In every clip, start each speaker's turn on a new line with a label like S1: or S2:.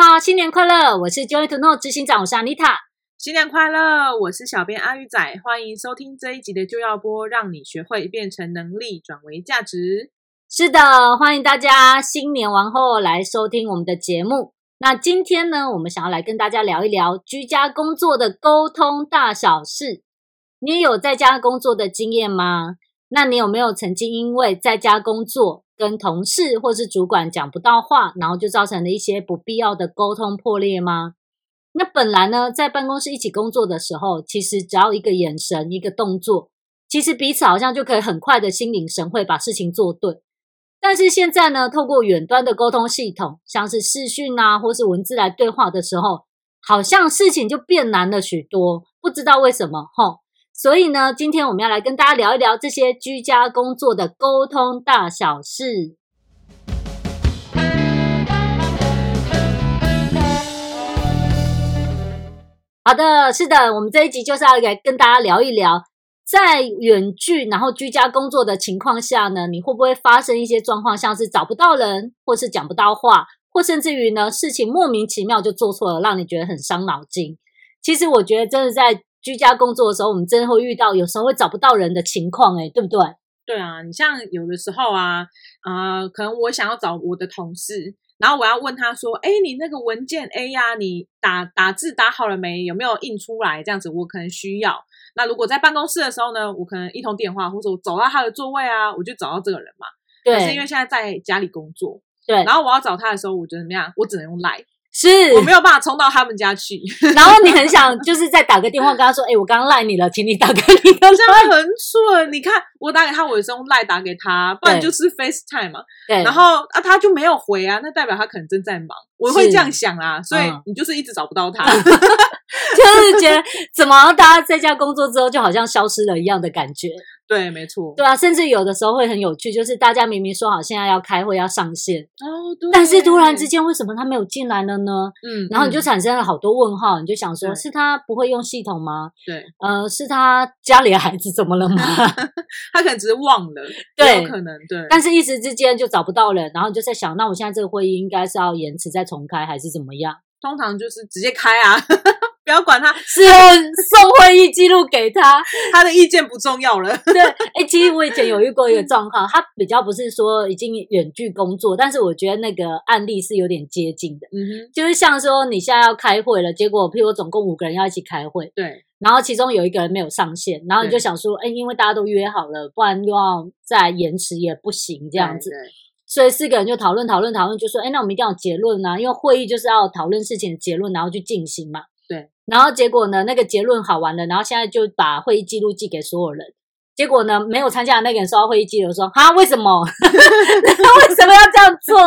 S1: 家新年快乐！我是 Joy to Know 执行长，我是 Anita。
S2: 新年快乐！我是小编阿玉仔，欢迎收听这一集的就要播，让你学会变成能力转为价值。
S1: 是的，欢迎大家新年完后来收听我们的节目。那今天呢，我们想要来跟大家聊一聊居家工作的沟通大小事。你也有在家工作的经验吗？那你有没有曾经因为在家工作跟同事或是主管讲不到话，然后就造成了一些不必要的沟通破裂吗？那本来呢，在办公室一起工作的时候，其实只要一个眼神、一个动作，其实彼此好像就可以很快的心领神会把事情做对。但是现在呢，透过远端的沟通系统，像是视讯啊，或是文字来对话的时候，好像事情就变难了许多，不知道为什么吼。所以呢，今天我们要来跟大家聊一聊这些居家工作的沟通大小事。好的，是的，我们这一集就是要来跟大家聊一聊，在远距然后居家工作的情况下呢，你会不会发生一些状况，像是找不到人，或是讲不到话，或甚至于呢，事情莫名其妙就做错了，让你觉得很伤脑筋。其实我觉得，真的在居家工作的时候，我们真的会遇到有时候会找不到人的情况、欸，哎，对不对？
S2: 对啊，你像有的时候啊，啊、可能我想要找我的同事，然后我要问他说：“哎，你那个文件 A 呀、你打打字打好了没？有没有印出来？”这样子，我可能需要。那如果在办公室的时候呢，我可能一通电话，或者我走到他的座位啊，我就找到这个人嘛。可是因
S1: 对
S2: 为现在在家里工作，
S1: 对
S2: 然，后我要找他的时候，我觉得怎么样？我只能用赖，
S1: 是。
S2: 我没有办法冲到他们家去，
S1: 然后你很想就是再打个电话跟他说：“哎、我刚刚赖你了，请你打给你的。
S2: 这样很蠢。你看，我打给他，我也是用赖打给他，不然
S1: 对
S2: 就是 FaceTime 嘛。”
S1: 对，
S2: 然后啊，他就没有回啊，那代表他可能正在忙，我会
S1: 是
S2: 这样想啦，所以
S1: 嗯
S2: 你就是一直找 不到他。
S1: 就是觉得怎么大家在家工作之后，就好像消失了一样的感觉。
S2: 对，没错。
S1: 对啊，甚至有的时候会很有趣，就是大家明明说好现在要开会要上线，
S2: 哦，对。
S1: 但是突然之，间为什么他没有进来了呢？
S2: 嗯，
S1: 然后你就
S2: 嗯
S1: 产生了好多问号，你就想说
S2: 对
S1: 是他不会用系统吗？
S2: 对
S1: 呃，是他家里的孩子怎么 了吗？
S2: 他可能只是忘了，
S1: 对
S2: 也有可能对。
S1: 但是一时之间就找不到人，然后你就在想，那我现在这个会议应该是要延迟再重开，还是怎么样？
S2: 通常就是直接开啊， 不要管他，
S1: 是哦送会议记录给他，
S2: 他的意见不重要了。
S1: 对，哎、其实我以前有遇过一个状况，他比较不是说已经远距工作，但是我觉得那个案例是有点接近的，
S2: 嗯哼，
S1: 就是像说你现在要开会了，结果譬如说总共五个人要一起开会，
S2: 对
S1: 然后其中有一个人没有上线，然后你就
S2: 对
S1: 想说，哎、因为大家都约好了，不然又要再延迟也不行这样子，
S2: 对
S1: 所以四个人就讨论讨论讨论，就说，哎，那我们一定要有结论啊，因为会议就是要讨论事情的结论，然后去进行嘛。
S2: 对。
S1: 然后结果呢，那个结论好完了，然后现在就把会议记录寄给所有人。结果呢，没有参加的那个人收到会议记录说，哈，为什么？ 为什么要这样做？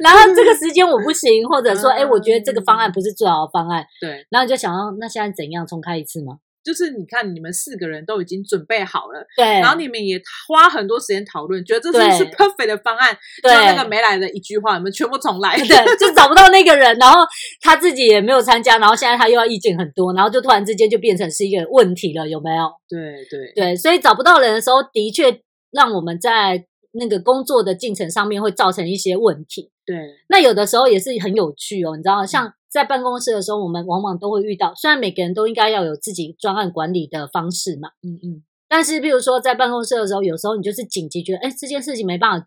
S1: 然后这个时间我不行，或者说，哎，我觉得这个方案不是最好的方案。
S2: 对对，
S1: 然后你就想要，那现在怎样重开一次吗？
S2: 就是你看，你们四个人都已经准备好了，
S1: 对，
S2: 然后你们也花很多时间讨论，觉得这真是
S1: 对
S2: perfect 的方案，就
S1: 对
S2: 那个没来的一句话，你们全部重来。
S1: 对，就找不到那个人，然后他自己也没有参加，然后现在他又要意见很多，然后就突然之间就变成是一个问题了，有没有？
S2: 对对
S1: 对，所以找不到人的时候，的确让我们在那个工作的进程上面会造成一些问题。
S2: 对
S1: 那有的时候也是很有趣哦，你知
S2: 嗯
S1: 道，像在办公室的时候，我们往往都会遇到，虽然每个人都应该要有自己专案管理的方式嘛，
S2: 嗯嗯，
S1: 但是，比如说在办公室的时候，有时候你就是紧急觉得，哎，这件事情没办法，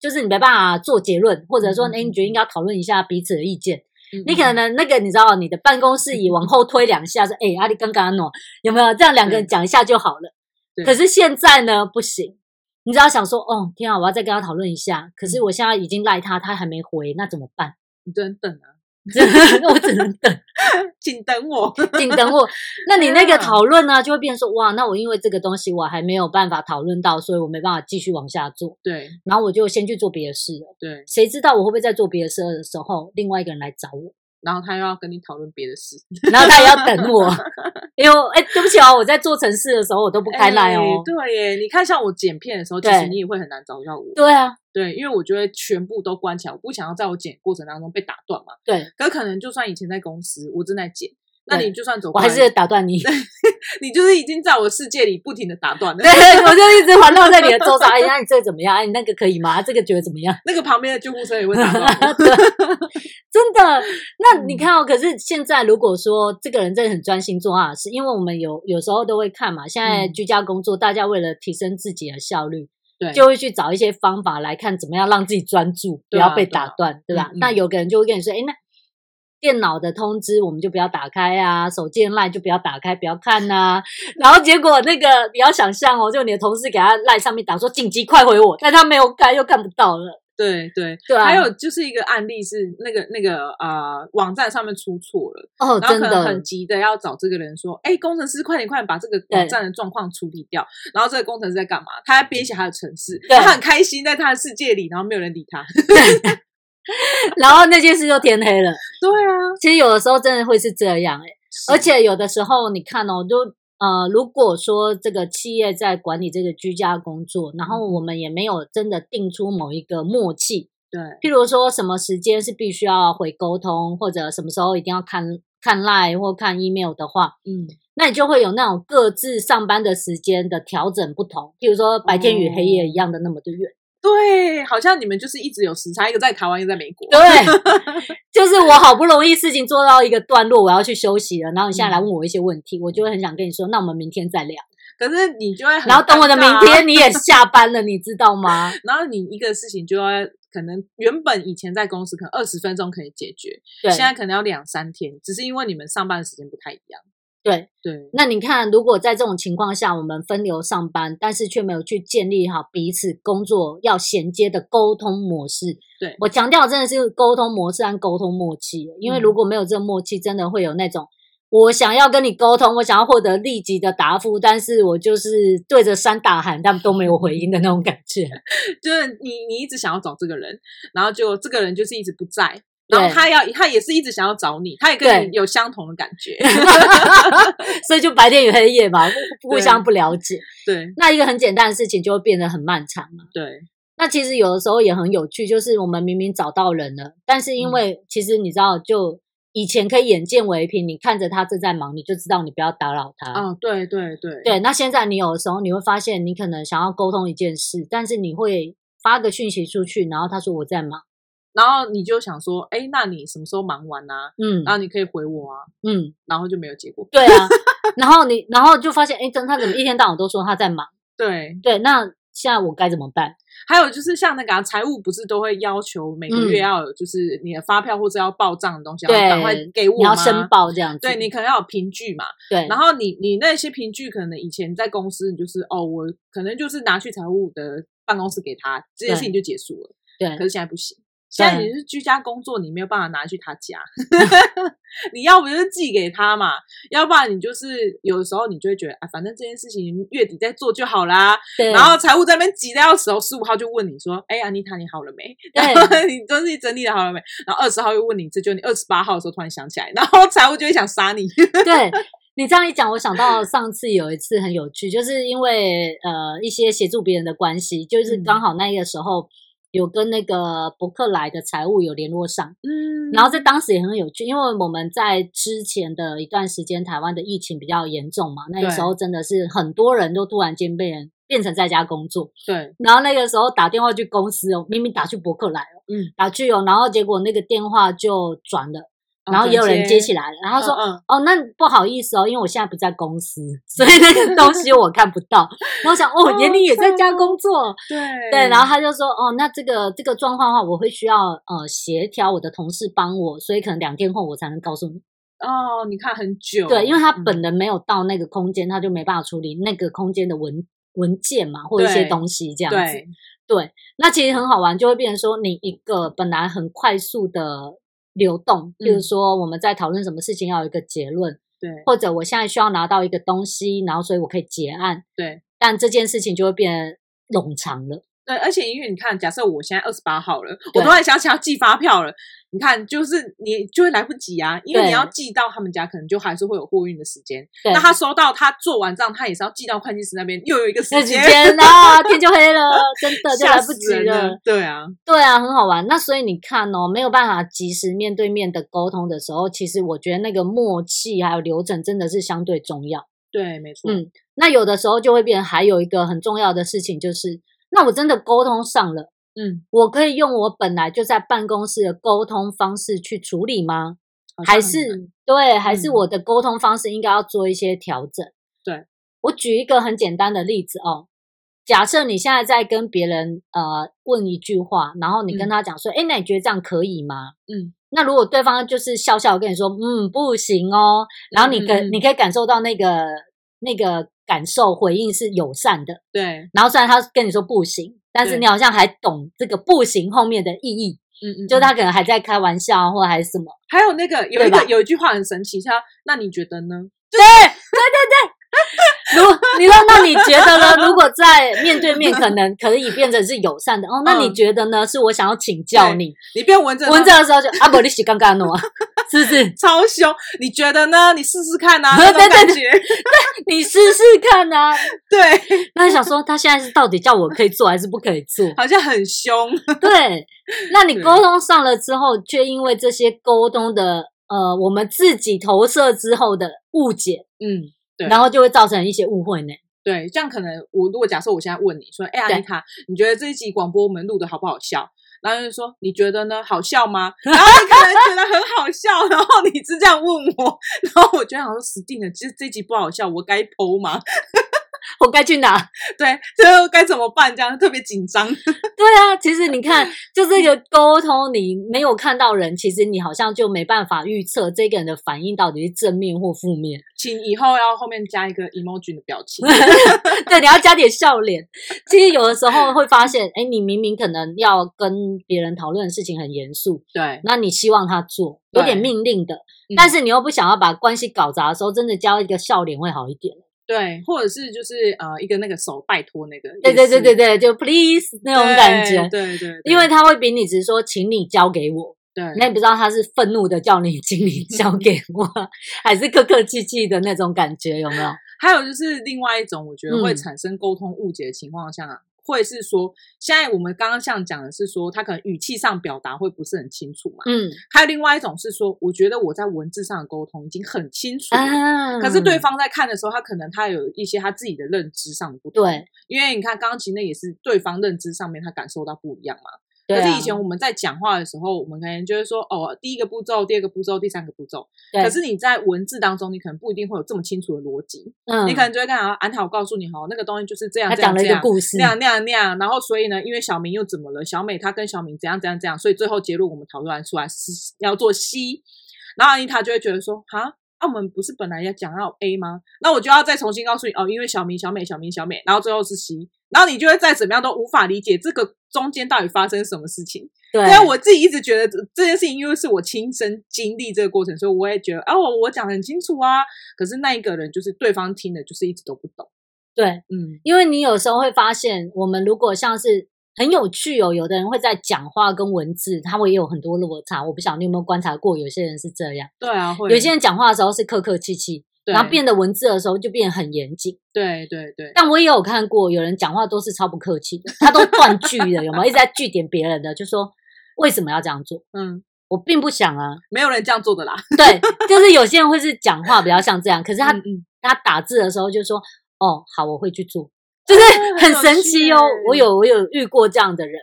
S1: 就是你没办法做结论，或者说，
S2: 嗯嗯
S1: 哎，你觉得应该讨论一下彼此的意见。
S2: 嗯
S1: 你可能那个你知道，你的办公室椅往后推两下，说，哎，
S2: 嗯
S1: 阿里刚刚喏，有没有这样两个人讲一下就好了。
S2: 对
S1: 可是现在呢，不行。你只要想说，哦，天啊，我要再跟他讨论一
S2: 嗯
S1: 下。可是我现在已经赖他，他还没回，那怎么办？
S2: 你只能等啊，
S1: 我只能等，
S2: 请等我。
S1: 请等我。那你那个
S2: 天啊
S1: 讨论呢，就会变成说，哇，那我因为这个东西我还没有办法讨论到，所以我没办法继续往下做，
S2: 对
S1: 然后我就先去做别的事了。
S2: 对，
S1: 谁知道我会不会在做别的事的时候，另外一个人来找我，
S2: 然后他又要跟你讨论别的事，
S1: 然后他也要等我。因为哎、对不起哦，我在做城市的时候我都不开赖哦。
S2: 哎对耶，你看像我剪片的时候，其
S1: 对
S2: 实你也会很难找到我。
S1: 对啊，
S2: 对，因为我觉得全部都关起来，我不想要在我剪过程当中被打断嘛。
S1: 对
S2: 可可能就算以前在公司，我正在剪，那
S1: 对
S2: 你就算走
S1: 我
S2: 过
S1: 还
S2: 来，
S1: 是打断你。
S2: 你就是已经在我世界里不停的打断了。
S1: 对，我就一直环绕在你的周遭。哎，那你这个怎么样？哎，你那个可以吗？这个觉得怎么样？
S2: 那个旁边的救护车也会打 断我。
S1: 真的，那
S2: 嗯
S1: 你看哦，可是现在如果说这个人真的很专心做啊，是因为我们有有时候都会看嘛，现在
S2: 嗯
S1: 居家工作，大家为了提升自己的效率，
S2: 对，
S1: 就会去找一些方法来看怎么样让自己专注，不
S2: 对啊
S1: 要被
S2: 对啊
S1: 打断，对吧
S2: 嗯？嗯
S1: 那有个人就会跟你说，哎，那电脑的通知我们就不要打开啊，手机的 line 就不要打开，不要看呐、 然后结果那个你要想象哦，就你的同事给他 line 上面打说紧急快回我，但他没有开又看不到了，
S2: 对对。
S1: 对啊。
S2: 还有就是一个案例是那个那个呃网站上面出错了，
S1: 哦，
S2: 然后
S1: 真
S2: 可能
S1: 的
S2: 很急的要找这个人说，哎，工程师快点快点把这个网站的状况处理掉。然后这个工程师在干嘛？他在编写他的程式，
S1: 对
S2: 他很开心在他的世界里，然后没有人 理他。
S1: 然后那件事就天黑了。
S2: 对啊，
S1: 其实有的时候真的会是这样、欸，而且有的时候你看哦，就呃，如果说这个企业在管理这个居家工作，然后我们也没有真的定出某一个默契，
S2: 对
S1: 譬如说什么时间是必须要回沟通，或者什么时候一定要看看 line 或看 email 的话，
S2: 嗯，
S1: 那你就会有那种各自上班的时间的调整不同，譬如说白天与黑夜一样的那么的远。
S2: 对，好像你们就是一直有时差，一个在台湾，一个在美国。
S1: 对，就是我好不容易事情做到一个段落，我要去休息了，然后你现
S2: 嗯
S1: 在来问我一些问题，我就会很想跟你说，那我们明天再聊。
S2: 可是你就会很
S1: 然后等我的
S2: 尴
S1: 明
S2: 尬啊
S1: 天，你也下班了，你知道吗？
S2: 然后你一个事情就要可能原本以前在公司可能二十分钟可以解决，
S1: 对，
S2: 现在可能要两三天，只是因为你们上班的时间不太一样。
S1: 对
S2: 对，
S1: 那你看，如果在这种情况下，我们分流上班，但是却没有去建立好彼此工作要衔接的沟通模式。
S2: 对
S1: 我强调，真的是沟通模式和沟通默契，因为
S2: 嗯
S1: 如果没有这个默契，真的会有那种。我想要跟你沟通，我想要获得立即的答复，但是我就是对着山大喊，但都没有回音的那种感 觉。
S2: 就是你你一直想要找这个人，然后就这个人就是一直不在。然后他要，他也是一直想要找你，他也跟
S1: 对
S2: 你有相同的感 觉，
S1: 所以就白天与黑夜嘛，互互
S2: 对
S1: 相不了解。
S2: 对
S1: 那一个很简单的事情就会变得很漫长嘛。
S2: 对
S1: 那其实有的时候也很有趣，就是我们明明找到人了，但是
S2: 嗯
S1: 因为其实你知道，就以前可以眼见为凭，你看着他正在忙，你就知道你不要打扰他。
S2: 哦，对对对
S1: 对，那现在你有的时候你会发现，你可能想要沟通一件事，但是你会发个讯息出去，然后他说我在忙，
S2: 然后你就想说，哎，那你什么时候忙完啊？
S1: 嗯
S2: 然后你可以回我啊，
S1: 嗯，
S2: 然后就没有结果。
S1: 对啊，然后你然后就发现，哎，等他怎么一天到晚都说他在忙？
S2: 对，
S1: 对，那现在我该怎么办？
S2: 还有就是像那个、啊、财务，不是都会要求每个
S1: 嗯
S2: 月要有就是你的发票或者要报账的东西，要
S1: 对
S2: 赶快给我
S1: 你要
S2: 吗
S1: 申。报这样子，
S2: 对你可能要有凭据嘛，
S1: 对，
S2: 然后你你那些凭据可能以前在公司你就是哦，我可能就是拿去财务的办公室给他，这件事情就结束了。
S1: 对
S2: 可是现在不行，现在
S1: 对
S2: 你是居家工作，你没有办法拿去他家， 你要不就是寄给他嘛，要不然你就是有的时候你就会觉得啊，反正这件事情月底再做就好啦，
S1: 对，
S2: 然后财务在那边急得要死哦，十五号就问你说：“哎，安妮塔，你好了没？然后
S1: 对
S2: 你东西整理的好了没？”然后二十号又问你，这就你二十八号的时候突然想起来，然后财务就会想杀你。
S1: 对你这样一讲，我想到上次有一次很有趣，就是因为呃一些协助别人的关系，就是
S2: 嗯
S1: 刚好那个时候有跟那个伯克莱的财务有联络上，
S2: 嗯
S1: 然后在当时也很有趣，因为我们在之前的一段时间，台湾的疫情比较严重嘛，那个
S2: 对
S1: 时候真的是很多人都突然间被人变成在家工作，
S2: 对，
S1: 然后那个时候打电话去公司哦，明明打去伯克莱哦，
S2: 嗯，
S1: 打去哦，然后结果那个电话就转了，
S2: 哦
S1: 然后也有人接起来了，然后
S2: 他
S1: 说
S2: 嗯，
S1: 哦，那不好意思哦，因为我现在不在公司，所以那个东西我看不到。然后想，哦，
S2: 哦
S1: 严玲也在家工作，
S2: 对
S1: 对。然后他就说，哦，那这个这个状况的话，我会需要呃协调我的同事帮我，所以可能两天后我才能告诉你。
S2: 哦，你看很久，
S1: 对，因为他
S2: 嗯
S1: 本人没有到那个空间，他就没办法处理那个空间的文文件嘛，或一些
S2: 对
S1: 东西这样子。
S2: 对
S1: 对，那其实很好玩，就会变成说，你一个本来很快速的流动，比如
S2: 嗯
S1: 说我们在讨论什么事情要有一个结论，
S2: 对
S1: 或者我现在需要拿到一个东西，然后所以我可以结案，
S2: 对
S1: 但这件事情就会变得冗长了。
S2: 对，而且因为你看，假设我现在二十八号了，
S1: 对
S2: 我突然想起要寄发票了，你看就是你就会来不及啊，因为
S1: 对
S2: 你要寄到他们家，可能就还是会有货运的时间。
S1: 对，
S2: 那他收到，他做完账，他也是要寄到会计师那边，又有一个时
S1: 那时
S2: 间，
S1: 间啊，天就黑了，真的就
S2: 吓
S1: 来不
S2: 死
S1: 及
S2: 人
S1: 了。。
S2: 对啊，
S1: 对啊，很好玩。那所以你看哦，没有办法及时面对面的沟通的时候，其实我觉得那个默契还有流程真的是相对重要。
S2: 对，没错，
S1: 嗯那有的时候就会变，还有一个很重要的事情就是，那我真的沟通上了，
S2: 嗯，
S1: 我可以用我本来就在办公室的沟通方式去处理吗？
S2: 好像
S1: 还
S2: 很难
S1: 是对，还是
S2: 嗯
S1: 我的沟通方式应该要做一些调整？
S2: 对，
S1: 我举一个很简单的例子哦。假设你现在在跟别人呃问一句话，然后你跟
S2: 嗯
S1: 他讲说：“哎、那你觉得这样可以吗？”
S2: 嗯，
S1: 那如果对方就是笑笑跟你说，嗯，不行哦，然后你
S2: 嗯
S1: 可、
S2: 嗯
S1: 你可以感受到那个那个感受回应是友善的，
S2: 对，
S1: 然后虽然他跟你说不行，但是
S2: 对
S1: 你好像还懂这个不行后面的意义，
S2: 嗯嗯，
S1: 就
S2: 嗯
S1: 他可能还在开玩笑啊或还是什么，
S2: 还有那个有
S1: 对
S2: 一
S1: 吧
S2: 个有一句话很神奇，叫“那你觉得呢
S1: 如你说，那你觉得呢？ 如果在面对面，可能可以变成是友善的哦。那你
S2: 嗯
S1: 觉得呢？是我想要请教你。？”
S2: 你不要闻着
S1: 闻
S2: 它
S1: 着的时候就啊，不，你是刚刚弄啊，是不是？
S2: 超凶，你觉得呢？你试试看 啊，
S1: 对
S2: 那
S1: 对
S2: 种感觉，
S1: 你试试看啊。
S2: 对，
S1: 那想说他现在是到底叫我可以做还是不可以 做？
S2: 好像很凶，
S1: 对，那你
S2: 对
S1: 沟通上了之后，却因为这些沟通的呃，我们自己投射之后的误解，
S2: 嗯。对
S1: 然后就会造成一些误会呢。
S2: 对，这样可能我如果假设我现在问你说，哎、
S1: 对
S2: 阿妮塔，你觉得这一集广播我们录的好不好笑？然后就说你觉得呢？好笑吗？ 然后你可能觉得很好笑， 然后你是这样问我， 然后我就想说死定了，其实这一集不好笑，我该剖吗？
S1: 我该去哪？
S2: 对，最后该怎么办？这样特别紧张。
S1: 对啊，其实你看，就这个沟通，你没有看到人，其实你好像就没办法预测这个人的反应到底是正面或负面。
S2: 请以后要后面加一个 emoji 的表情。
S1: 对，你要加点笑脸。其实有的时候会发现，哎，你明明可能要跟别人讨论的事情很严肃，
S2: 对，
S1: 那你希望他做，有点
S2: 对
S1: 命令的，
S2: 嗯
S1: 但是你又不想要把关系搞砸的时候，真的交一个笑脸会好一点。
S2: 对，或者是就是呃一个那个手拜托那个，
S1: 对对
S2: 也是
S1: 对对对，就 please 那种感觉，
S2: 对对对，
S1: 因为他会比你只是说请你交给我，
S2: 对
S1: 那你不知道他是愤怒的叫你请你交给我，还是客客气气的那种感觉，有没有？
S2: 还有就是另外一种，我觉得会
S1: 嗯
S2: 产生沟通误解的情况下，会是说，现在我们刚刚像讲的是说，他可能语气上表达会不是很清楚嘛。
S1: 嗯
S2: 还有另外一种是说，我觉得我在文字上的沟通已经很清楚了。
S1: 啊，
S2: 可是对方在看的时候，他可能他有一些他自己的认知上的不同，
S1: 对
S2: 因为你看刚刚其实那也是对方认知上面他感受到不一样嘛。
S1: 对啊，
S2: 可是以前我们在讲话的时候，我们可能就会说哦，第一个步骤，第二个步骤，第三个步骤。
S1: 对
S2: 可是你在文字当中，你可能不一定会有这么清楚的逻辑，
S1: 嗯
S2: 你可能就会看啊，安好，我告诉你哈，那个东西就是这样，
S1: 他
S2: 这样
S1: 讲了一
S2: 这
S1: 个
S2: 样啊
S1: 故事
S2: 那，样那样那样，然后所以呢，因为小明又怎么了？小美她跟小明怎样怎样怎样，所以最后结论我们讨论出来是要做 C，然后安妮塔就会觉得说，哈，啊那、我们不是本来要讲到 A 吗？那我就要再重新告诉你哦，因为小明、小美、小明、小美，然后最后是 C，然后你就会再怎么样都无法理解这个中间到底发生什么事情。
S1: 对
S2: 但啊我自己一直觉得这这件事情，因为是我亲身经历这个过程，所以我也觉得哦，我讲的很清楚啊。可是那一个人就是对方听的，就是一直都不懂。
S1: 对，
S2: 嗯，
S1: 因为你有时候会发现，我们如果像是很有趣哦，有的人会在讲话跟文字，他会有很多落差。我不晓得你有没有观察过，有些人是这样，
S2: 对啊，会
S1: 有些人讲话的时候是客客气气，
S2: 对
S1: 然后变得文字的时候就变得很严谨。
S2: 对对对，
S1: 但我也有看过有人讲话都是超不客气的，他都断句的，有没有？一直在据点别人的，就说为什么要这样做？
S2: 嗯，
S1: 我并不想啊，
S2: 没有人这样做的啦。
S1: 对，就是有些人会是讲话比较像这样，可是他
S2: 嗯嗯，
S1: 他打字的时候就说：“哦，好，我会去做。” 就是很神奇哦
S2: 很有趣耶。
S1: 我有我有遇过这样的人，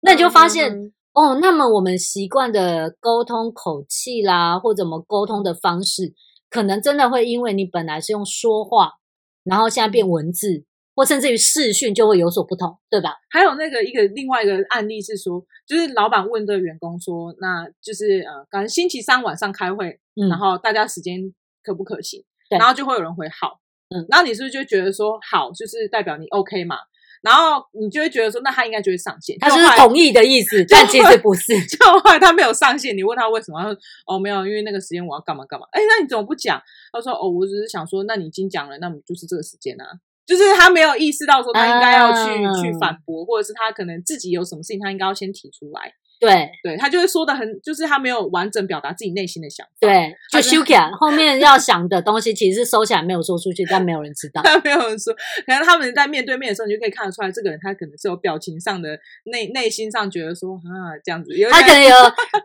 S1: 那你就发现、
S2: 嗯
S1: 哦，那么我们习惯的沟通口气啦，或者我们沟通的方式，可能真的会因为你本来是用说话，然后现在
S2: 嗯
S1: 变文字，或甚至于视讯就会有所不同，对吧？
S2: 还有那个一个另外一个案例是说，就是老板问这个员工说，那就是呃，可能星期三晚上开会，
S1: 嗯
S2: 然后大家时间可不可行？
S1: 对
S2: 然后就会有人回好，
S1: 嗯
S2: 然后你是不是就觉得说好，就是代表你 OK 嘛？然后你就会觉得说，那他应该就会上线。
S1: 他就
S2: 结
S1: 是
S2: 果后来
S1: 同意的意 思，但其实不是。
S2: 就后来他没有上线，你问他为什么，他说哦没有，因为那个时间我要干嘛干嘛。哎，那你怎么不讲？他说哦，我只是想说，那你已经讲了，那么就是这个时间啊。就是他没有意识到说他应该要去、
S1: 啊
S2: 去反驳，或者是他可能自己有什么事情，他应该要先提出来。
S1: 对
S2: 对他就会说的很，就是他没有完整表达自己内心的想法，，
S1: 对，就
S2: 他是
S1: 修起来，后面要想的东西其实是收起来没有说出去，但没有人知 道。
S2: 他没有人说，可能他们在面对面的时候，你就可以看得出来，这个人他可能是有表情上的内内心上觉得说啊这样子，有
S1: 他可
S2: 点
S1: 能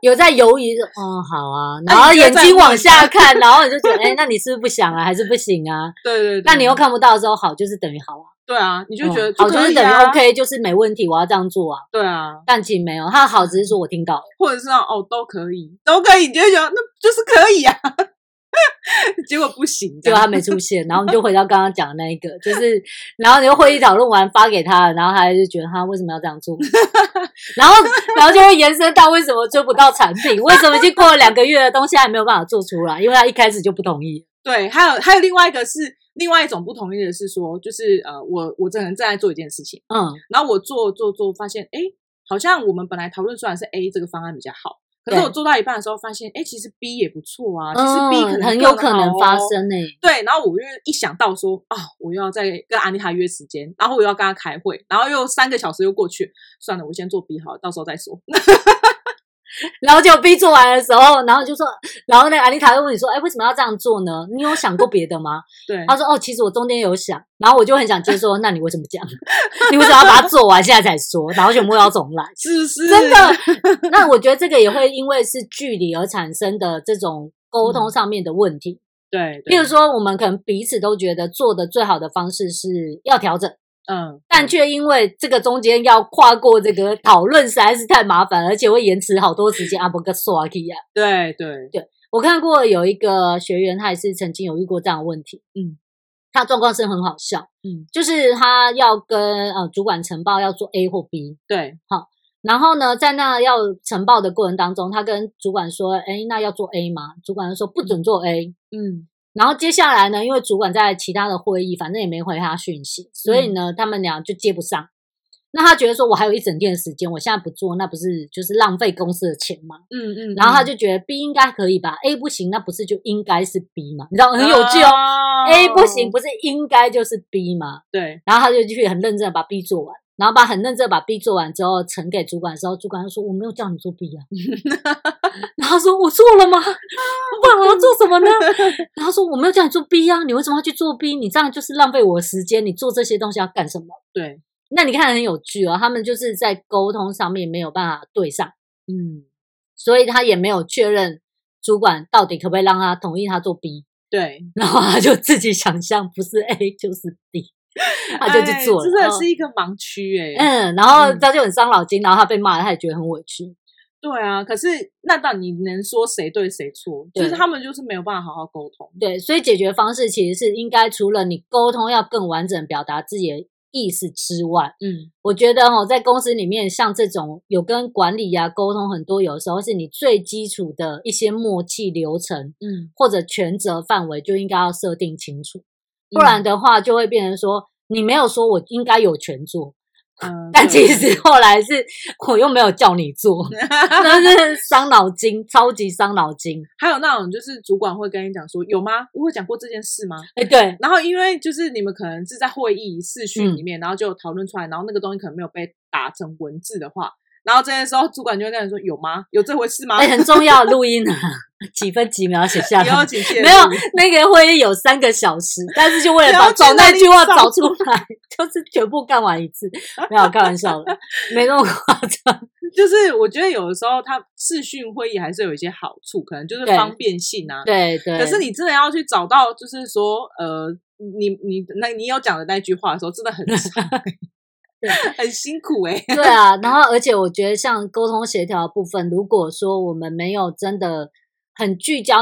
S1: 有有在犹豫，哦，好啊，然
S2: 啊
S1: 后
S2: 你就
S1: 眼
S2: 在
S1: 睛
S2: 问
S1: 往下
S2: 他
S1: 看，然后你就觉得，哎，那你是不是不想啊，还是不行啊？
S2: 对对对，
S1: 那你又看不到的时候，好就是等于好啊，
S2: 对啊，你就觉得、
S1: 嗯好就
S2: 可
S1: 是
S2: 以
S1: 等于
S2: 啊
S1: OK，就是没问题，我要这样做啊。
S2: 对啊，
S1: 但其实没有，他的好只是说我听到了，
S2: 或者是啊哦都可以，都可以，你就会觉得那就是可以啊， 结果不行，
S1: 结
S2: 对
S1: 果他没出现，然后你就回到刚刚讲的那一个，就是，然后你就会议讨论完发给他了，然后他就觉得他为什么要这样做， 然后然后就会延伸到为什么追不到产品，为什么已经过了两个月的东西还没有办法做出来，因为他一开始就不同意。
S2: 对，还有还有另外一个是另外一种不同意的是说，就是呃，我我这个人正在做一件事情，
S1: 嗯，
S2: 然后我做做做，发现哎，诶好像我们本来讨论出来是 A 这个方案比较好，可是
S1: 对
S2: 我做到一半的时候发现，哎，其实 B 也不错啊，其实 B 可
S1: 嗯，
S2: 能、哦
S1: 很有可能发。生呢、
S2: 对，然后我就一想到说，啊、我又要再跟安妮塔约时间，然后我又要跟她开会，然后又三个小时又过去，算了，我先做 B 好了，到时候再说。
S1: 然后就 B 做完的时候，然后就说，然后那个安妮塔又问你说，哎，为什么要这样做呢？你有想过别的吗？
S2: 对，
S1: 他说，哦，其实我中间有想，然后我就很想接受，那你为什么讲？ 你为什么要把它做完，现在才说，然后全部要重来？
S2: 是不是
S1: 真？的，那我觉得这个也会因为是距离而产生的这种沟通上面的问题。
S2: 对，嗯对
S1: 譬如，说，我们可能彼此都觉得做的最好的方式是要调整，
S2: 嗯，
S1: 但却因为这个中间要跨过这个讨论实在是太麻烦，而且会延迟好多时间。阿伯个刷起啊！
S2: 对对，
S1: 我看过有一个学员，他也是曾经有遇过这样的问题。
S2: 嗯，
S1: 他状况是很好笑，
S2: 嗯，
S1: 就是他要跟呃主管呈报要做 A 或 B，
S2: 对，
S1: 然后呢，在那要呈报的过程当中，他跟主管说：“哎，那要做 A 吗？”主管就说：“不准做 A。
S2: 嗯，
S1: 然后接下来呢，因为主管在其他的会议，反正也没回他讯息，所以呢，他们俩就接不上。那他觉得说，我还有一整天的时间，我现在不做，那不是就是浪费公司的钱吗？
S2: 嗯嗯，
S1: 然后他
S2: 嗯
S1: 就觉得 B 应该可以吧，A 不行，那不是就应该是 B 嘛？你知道很有趣哦、a 不行，
S2: 嗯哦，
S1: 不是应该就是 B 嘛？
S2: 对，
S1: 然后他就去很认真的把 B 做完，然后把很认真的把 B 做完之后呈给主管的时候，主管就说我没有叫你做 B 啊，然后他说我做了吗？不然我要做什么呢？然后他说我没有叫你做 B 啊，你为什么要去做 B？你这样就是浪费我的时间，你做这些东西要干什么？
S2: 对，
S1: 那你看很有趣哦，他们就是在沟通上面没有办法对上，
S2: 嗯，
S1: 所以他也没有确认主管到底可不可以让他同意他做 B，
S2: 对，
S1: 然后他就自己想象不是 A 就是 B，他 就去
S2: 哎
S1: 做了。
S2: 这真
S1: 然
S2: 的
S1: 后
S2: 是一个盲区哎、
S1: 嗯，然后
S2: 嗯
S1: 他就很伤脑筋，然后他被骂了，他也觉得很委屈。
S2: 对啊，可是那到底你能说谁对谁错？就
S1: 对
S2: 是他们就是没有办法好好沟通。
S1: 对，所以解决方式其实是应该除了你沟通要更完整表达自己的意思之外，
S2: 嗯，
S1: 我觉得哦，在公司里面像这种有跟管理啊沟通很多，有时候是你最基础的一些默契流程
S2: 嗯，
S1: 或者权责范围就应该要设定清楚，
S2: 嗯
S1: 不然的话就会变成说你没有说我应该有权做，
S2: 嗯，
S1: 但
S2: 对
S1: 其实后来是我又没有叫你 做，真的是伤脑筋，超级伤脑筋。
S2: 还有那种就是主管会跟你讲说，有吗？我有讲过这件事吗？
S1: 哎，对，
S2: 然后因为就是你们可能是在会议视
S1: 嗯
S2: 讯里面，然后就有讨论出来，然后那个东西可能没有被打成文字的话，然后这些时候主管就会跟你说，有吗？有这回事吗？
S1: 哎，很重要，录音啊，几分几秒写 下
S2: 以后
S1: 来。
S2: 请
S1: 没有那个会议有三个小时，但是就为了
S2: 你
S1: 把
S2: 要去
S1: 找那
S2: 哪里
S1: 句话
S2: 找
S1: 找出来， 就是全部干完一次。没有开玩笑的，没那么夸张。
S2: 就是我觉得有的时候它视讯会议还是有一些好处，可能就是
S1: 对
S2: 方便性啊。
S1: 对对。
S2: 可是你真的要去找到，就是说，呃，你你那你有讲的那句话的时候，真的很长
S1: 对
S2: 很辛苦哎、
S1: 对啊，然后而且我觉得像沟通协调的部分，如果说我们没有真的很聚焦，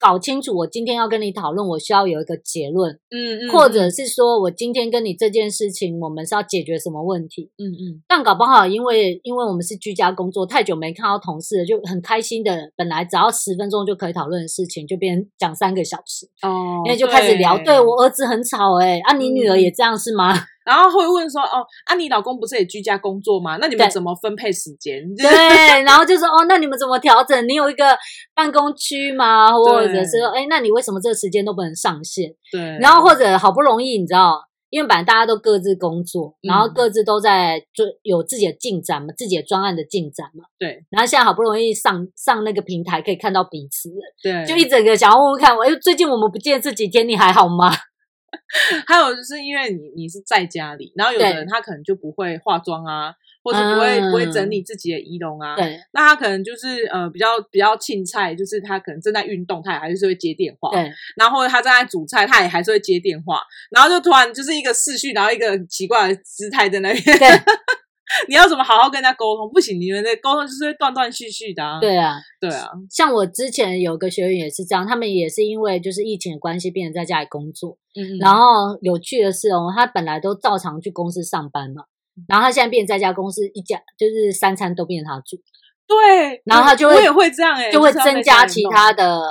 S1: 搞清楚我今天要跟你讨论，我需要有一个结论，
S2: 嗯嗯，
S1: 或者是说我今天跟你这件事情，我们是要解决什么问题？
S2: 嗯嗯
S1: 但搞不好因为因为我们是居家工作，太久没看到同事了，就很开心的，本来只要十分钟就可以讨论的事情，就变成讲三个小时，
S2: 哦，
S1: 因为就开始聊，对我儿子很吵哎、啊，你女儿
S2: 嗯
S1: 也这样是 吗？
S2: 然后会问说，哦，啊，你老公不是也居家工作吗？那你们
S1: 对
S2: 怎么分配时间？就是
S1: 对，然后就说哦，那你们怎么调整？你有一个办公区吗？或者是说，哎，那你为什么这个时间都不能上线？
S2: 对，
S1: 然后或者好不容易，你知道，因为本来大家都各自工作，
S2: 嗯
S1: 然后各自都在做有自己的进展嘛，自己的专案的进展嘛。
S2: 对
S1: 然后现在好不容易上上那个平台，可以看到彼此了，
S2: 对，
S1: 就一整个想要问问看，哎，最近我们不见这几天，你还好 吗？
S2: 还有就是因为你你是在家里，然后有的
S1: 对嗯
S2: 人他可能就不会化妆啊，或是不会、不会整理自己的仪容啊，
S1: 对
S2: 那他可能就是呃比较比较青菜，就是他可能正在运动，他也还是会接电话，
S1: 对，
S2: 然后他正在煮菜，他也还是会接电话，然后就突然就是一个视讯，然后一个很奇怪的姿态在那边，
S1: 对
S2: 你要怎么好好跟人家沟通？不行，你们的沟通就是会断断续续的、啊，
S1: 对啊，
S2: 对啊，
S1: 像我之前有个学员也是这样，他们也是因为就是疫情的关系，变成在家里工作。
S2: 嗯，
S1: 然后有趣的是哦，他本来都照常去公司上班嘛，
S2: 嗯
S1: 然后他现在变成在家公司一家就是三餐都变成他煮，
S2: 对，
S1: 然后他就
S2: 我
S1: 会
S2: 我也会这样哎、
S1: 就会
S2: 是要在
S1: 增加
S2: 家里
S1: 其
S2: 弄
S1: 他的，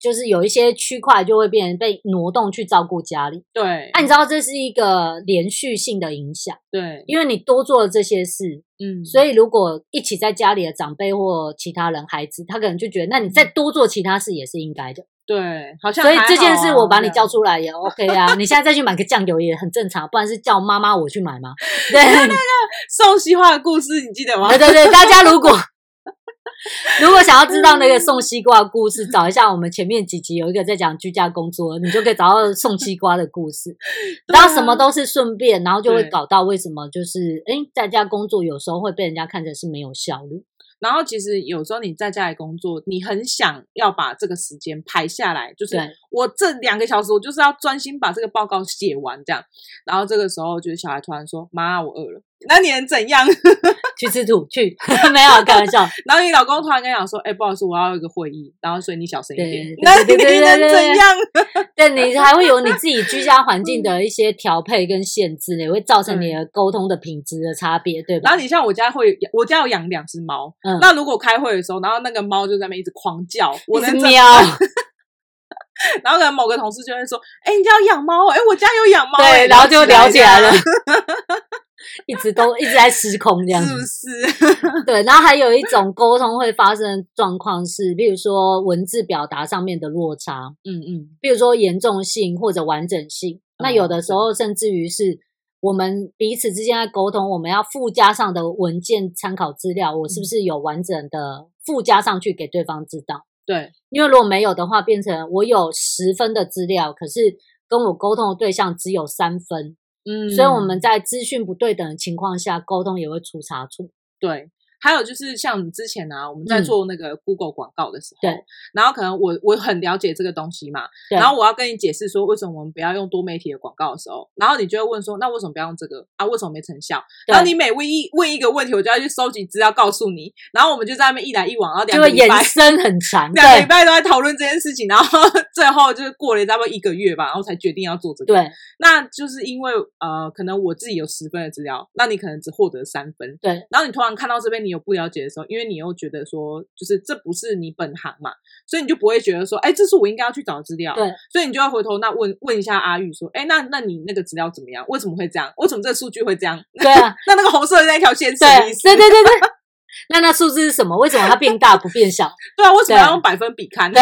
S1: 就是有一些区块就会变成被挪动去照顾家里。
S2: 对，
S1: 那、你知道这是一个连续性的影响，
S2: 对，
S1: 因为你多做了这些事，
S2: 嗯，
S1: 所以如果一起在家里的长辈或其他人孩子，他可能就觉得，那你再多做其他事也是应该的。
S2: 对，好像
S1: 所以
S2: 还
S1: 这件
S2: 好
S1: 事
S2: 啊
S1: 我把你
S2: 对
S1: 叫出来也 OK 啊，你现在再去买个酱油也很正常，不然是叫妈妈我去买嘛。 对
S2: 宋西化的故事，你记 得吗？啊
S1: 对对对，大家如 果如果想要知道那个送西瓜的故事，找一下我们前面几集有一个在讲居家工作，你就可以找到送西瓜的故事。
S2: 对啊
S1: 然后什么都是顺便，然后就会
S2: 对
S1: 搞到为什么就是哎，诶在家工作有时候会被人家看成是没有效率。
S2: 然后其实有时候你在家里工作，你很想要把这个时间排下来，就是
S1: 对
S2: 我这两个小时，我就是要专心把这个报告写完这样。然后这个时候，就是小孩突然说：“妈，我饿了。”那你能怎样？
S1: 去吃土去， 没有啊开玩笑。
S2: 然后你老公突然跟你讲说：“哎、不好意思，我要有一个会议。”然后所以你小声一点
S1: 对。
S2: 那你
S1: 对对对对
S2: 能
S1: 对
S2: 怎
S1: 对
S2: 样？
S1: 对你还会有你自己居家环境的一些调配跟限制，也会造成
S2: 嗯
S1: 你的沟通的品质的差别，对吧？
S2: 然后你像我家会，我家有养两只猫。
S1: 嗯
S2: 那如果开会的时候，然后那个猫就在那边一直狂叫，我
S1: 一
S2: 能
S1: 直
S2: 怎么
S1: 喵，
S2: 然后可能某个同事就会说：“哎、你家有养猫哦？哎、我家有养猫哦。
S1: 对，
S2: 哎
S1: 然后就聊起来了
S2: 这样，
S1: 一直都一直在失控这样
S2: 是
S1: 子
S2: 不。是？
S1: 对，然后还有一种沟通会发生的状况是，例如说文字表达上面的落差，
S2: 嗯嗯，
S1: 比如说严重性或者完整性。那有的时候甚至于是我们彼此之间在沟通，我们要附加上的文件参考资料，我是不是有完整的附加上去给对方知道？
S2: 对
S1: 因为如果没有的话，变成我有十分的资料，可是跟我沟通的对象只有三分，
S2: 嗯，
S1: 所以我们在资讯不对等的情况下，沟通也会出差错。
S2: 对。还有就是像之前啊，我们在
S1: 嗯
S2: 做那个 Google 广告的时候，
S1: 对
S2: 然后可能我我很了解这个东西嘛，
S1: 对
S2: 然后我要跟你解释说为什么我们不要用多媒体的广告的时候，然后你就会问说，那为什么不要用这个啊？为什么没成效？
S1: 对
S2: 然后你每问一问一个问题，我就要去收集资料告诉你，然后我们就在那边一来一往，然后两
S1: 就
S2: 个
S1: 会
S2: 礼
S1: 延
S2: 拜
S1: 伸很长，
S2: 两个礼
S1: 对
S2: 拜都在讨论这件事情，然后 最后就是过了差不多一个月吧，然后才决定要做这个。，
S1: 对
S2: 那就是因为呃，可能我自己有十分的资料，那你可能只获得三分。
S1: 对，
S2: 然后你突然看到这边你有不了解的时候，因为你又觉得说，就是这不是你本行嘛，所以你就不会觉得说，哎，这是我应该要去找的资料。
S1: 对，
S2: 所以你就要回头那问问一下阿玉说，哎，那那你那个资料怎么样？为什么会这样？为什么这个数据会这样？
S1: 对啊，
S2: 那那个红色的那条线是什么
S1: 对
S2: 意思？
S1: 对对对对。 那那数字是什么？为什么它变大不变小？
S2: 对啊，为什么要
S1: 对
S2: 用百分比看？
S1: 对，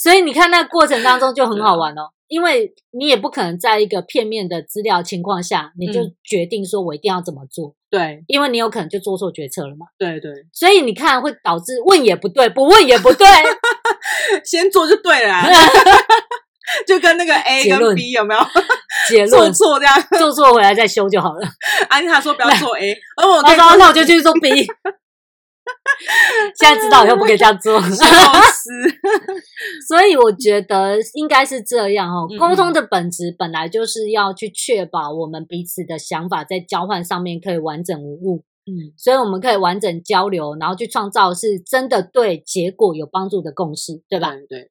S1: 所以你看那过程当中就很好玩
S2: 啊
S1: 哦，因为你也不可能在一个片面的资料情况下，你就
S2: 嗯
S1: 决定说我一定要怎么做，
S2: 对
S1: 因为你有可能就做错决策了嘛。
S2: 对对，
S1: 所以你看，会导致问也不对，不问也不对，
S2: 先做就对了啊、 就跟那个 A
S1: 结论
S2: 跟 B 有没有
S1: 结
S2: 做
S1: 论
S2: 错这样？
S1: 做错回来再修就好了。
S2: 安娜说不要做 A，而我
S1: 他
S2: 跟你
S1: 说：“那我就去做 B。”现在知道以后不可以这样 做，
S2: 笑死，
S1: 所以我觉得应该是这样哦
S2: 嗯。嗯
S1: 沟通的本质本来就是要去确保我们彼此的想法在交换上面可以完整无误，
S2: 嗯，
S1: 所以我们可以完整交流，然后去创造是真的对结果有帮助的共识，对
S2: 对
S1: 吧？？
S2: 对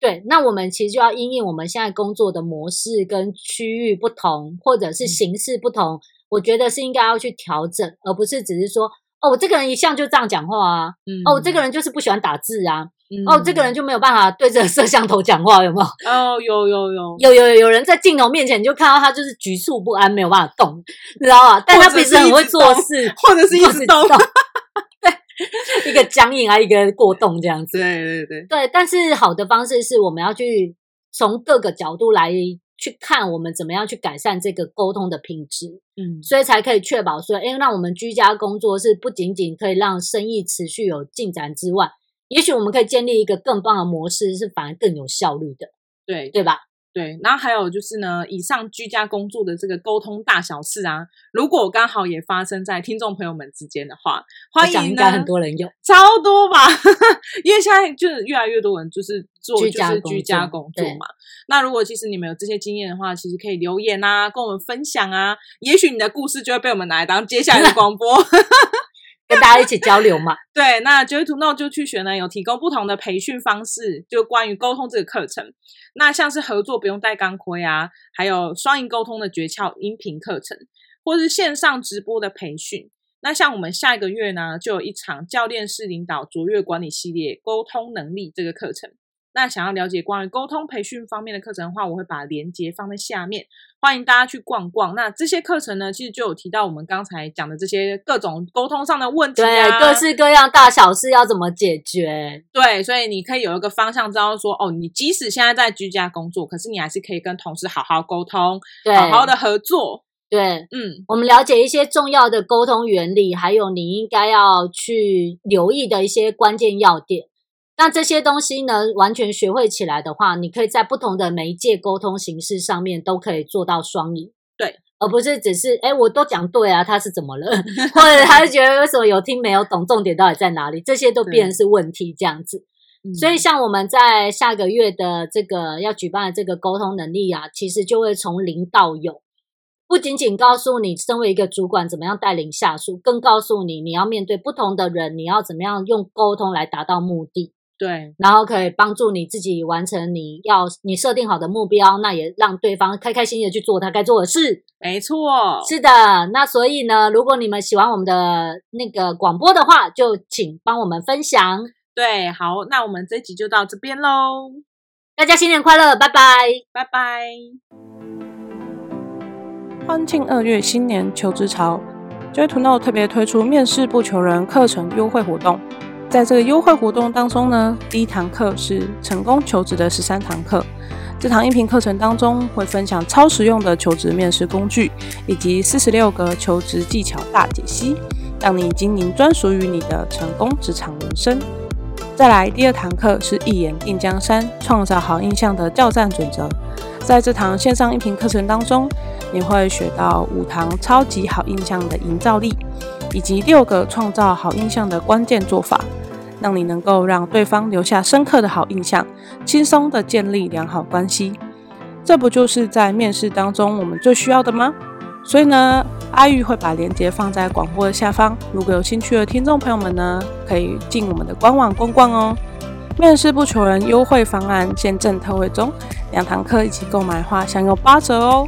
S1: 对，那我们其实就要因应我们现在工作的模式跟区域不同，或者是
S2: 嗯
S1: 形式不同，我觉得是应该要去调整，而不是只是说哦，我这个人一向就这样讲话啊，
S2: 嗯
S1: 哦，我这个人就是不喜欢打字啊，
S2: 嗯
S1: 哦，这个人就没有办法对着摄像头讲话，有没有？
S2: 哦，有有有，
S1: 有有有有人在镜头面前，你就看到他就是局促不安，没有办法动，你知道吧？但他
S2: 或者
S1: 平
S2: 是
S1: 时很
S2: 一
S1: 会
S2: 直
S1: 做
S2: 动
S1: 事，
S2: 或者是一
S1: 或
S2: 直
S1: 是
S2: 动，
S1: 对，一个僵硬啊，一个过动这样子。
S2: 对对对，
S1: 对，但是好的方式是我们要去从各个角度来去看我们怎么样去改善这个沟通的品质，
S2: 嗯，
S1: 所以才可以确保说，哎，让我们居家工作是不仅仅可以让生意持续有进展之外，也许我们可以建立一个更棒的模式，是反而更有效率的，
S2: 对
S1: 对吧？
S2: 对，然后还有就是呢，以上居家工作的这个沟通大小事啊，如果刚好也发生在听众朋友们之间的话，
S1: 我
S2: 欢
S1: 想
S2: 迎
S1: 应
S2: 呢
S1: 该很多人有。
S2: 超多吧， 因为现在就是越来越多人就是做
S1: 居
S2: 就
S1: 家
S2: 是
S1: 工
S2: 居家
S1: 作
S2: 工作
S1: 对
S2: 嘛。那如果其实你们有这些经验的话，其实可以留言啊，跟我们分享啊，也许你的故事就会被我们拿来当接 下来的广播。
S1: 跟大家一起交流 嘛。
S2: 对，那 Joy to Know 就去学呢，有提供不同的培训方式，就关于沟通这个课程。那像是合作不用带钢盔啊，还有双赢沟通的诀窍音频课程，或是线上直播的培训。那像我们下一个月呢，就有一场教练式领导卓越管理系列沟通能力这个课程。那想要了解关于沟通培训方面的课程的话，我会把链接放在下面，欢迎大家去逛逛。那这些课程呢，其实就有提到我们刚才讲的这些各种沟通上的问题、
S1: 对
S2: 啊，，
S1: 各式各样大小事要怎么解决？
S2: 对，所以你可以有一个方向，知道说哦，你即使现在在居家工作，可是你还是可以跟同事好好沟通，
S1: 对，
S2: 好好的合作。
S1: 对。
S2: 嗯，
S1: 我们了解一些重要的沟通原理，还有你应该要去留意的一些关键要点。那这些东西呢，完全学会起来的话，你可以在不同的媒介沟通形式上面都可以做到双赢。
S2: 对，
S1: 而不是只是哎，我都讲对啊，他是怎么了，或者他就觉得为什么有听没有懂，重点到底在哪里？这些都变成是问题这样子。
S2: 嗯
S1: 所以，像我们在下个月的这个要举办的这个沟通能力啊，其实就会从零到有，不仅仅告诉你身为一个主管怎么样带领下属，更告诉你你要面对不同的人，你要怎么样用沟通来达到目的，
S2: 对
S1: 然后可以帮助你自己完成你要你设定好的目标，那也让对方开开心心的去做他该做的事。
S2: 没错，
S1: 是的，那所以呢，如果你们喜欢我们的那个广播的话，就请帮我们分享。
S2: 对。好，那我们这集就到这边喽，
S1: 大家新年快乐，拜拜。
S2: 拜拜。
S3: 欢庆二月新年求职潮，Joy to Know 特别推出面试不求人课程优惠活动。在这个优惠活动当中呢，第一堂课是成功求职的十三堂课。这堂音频课程当中会分享超实用的求职面试工具，以及四十六个求职技巧大解析，让你经营专属于你的成功职场人生。再来第二堂课是一眼定江山，创造好印象的教战准则。在这堂线上音频课程当中，你会学到五堂超级好印象的营造力，以及六个创造好印象的关键做法，让你能够让对方留下深刻的好印象，轻松的建立良好关系。这不就是在面试当中我们最需要的吗？所以呢，阿玉会把链接放在广播的下方，如果有兴趣的听众朋友们呢，可以进我们的官网逛逛哦。面试不求人优惠方案现正特惠中，两堂课一起购买的话享有八折哦。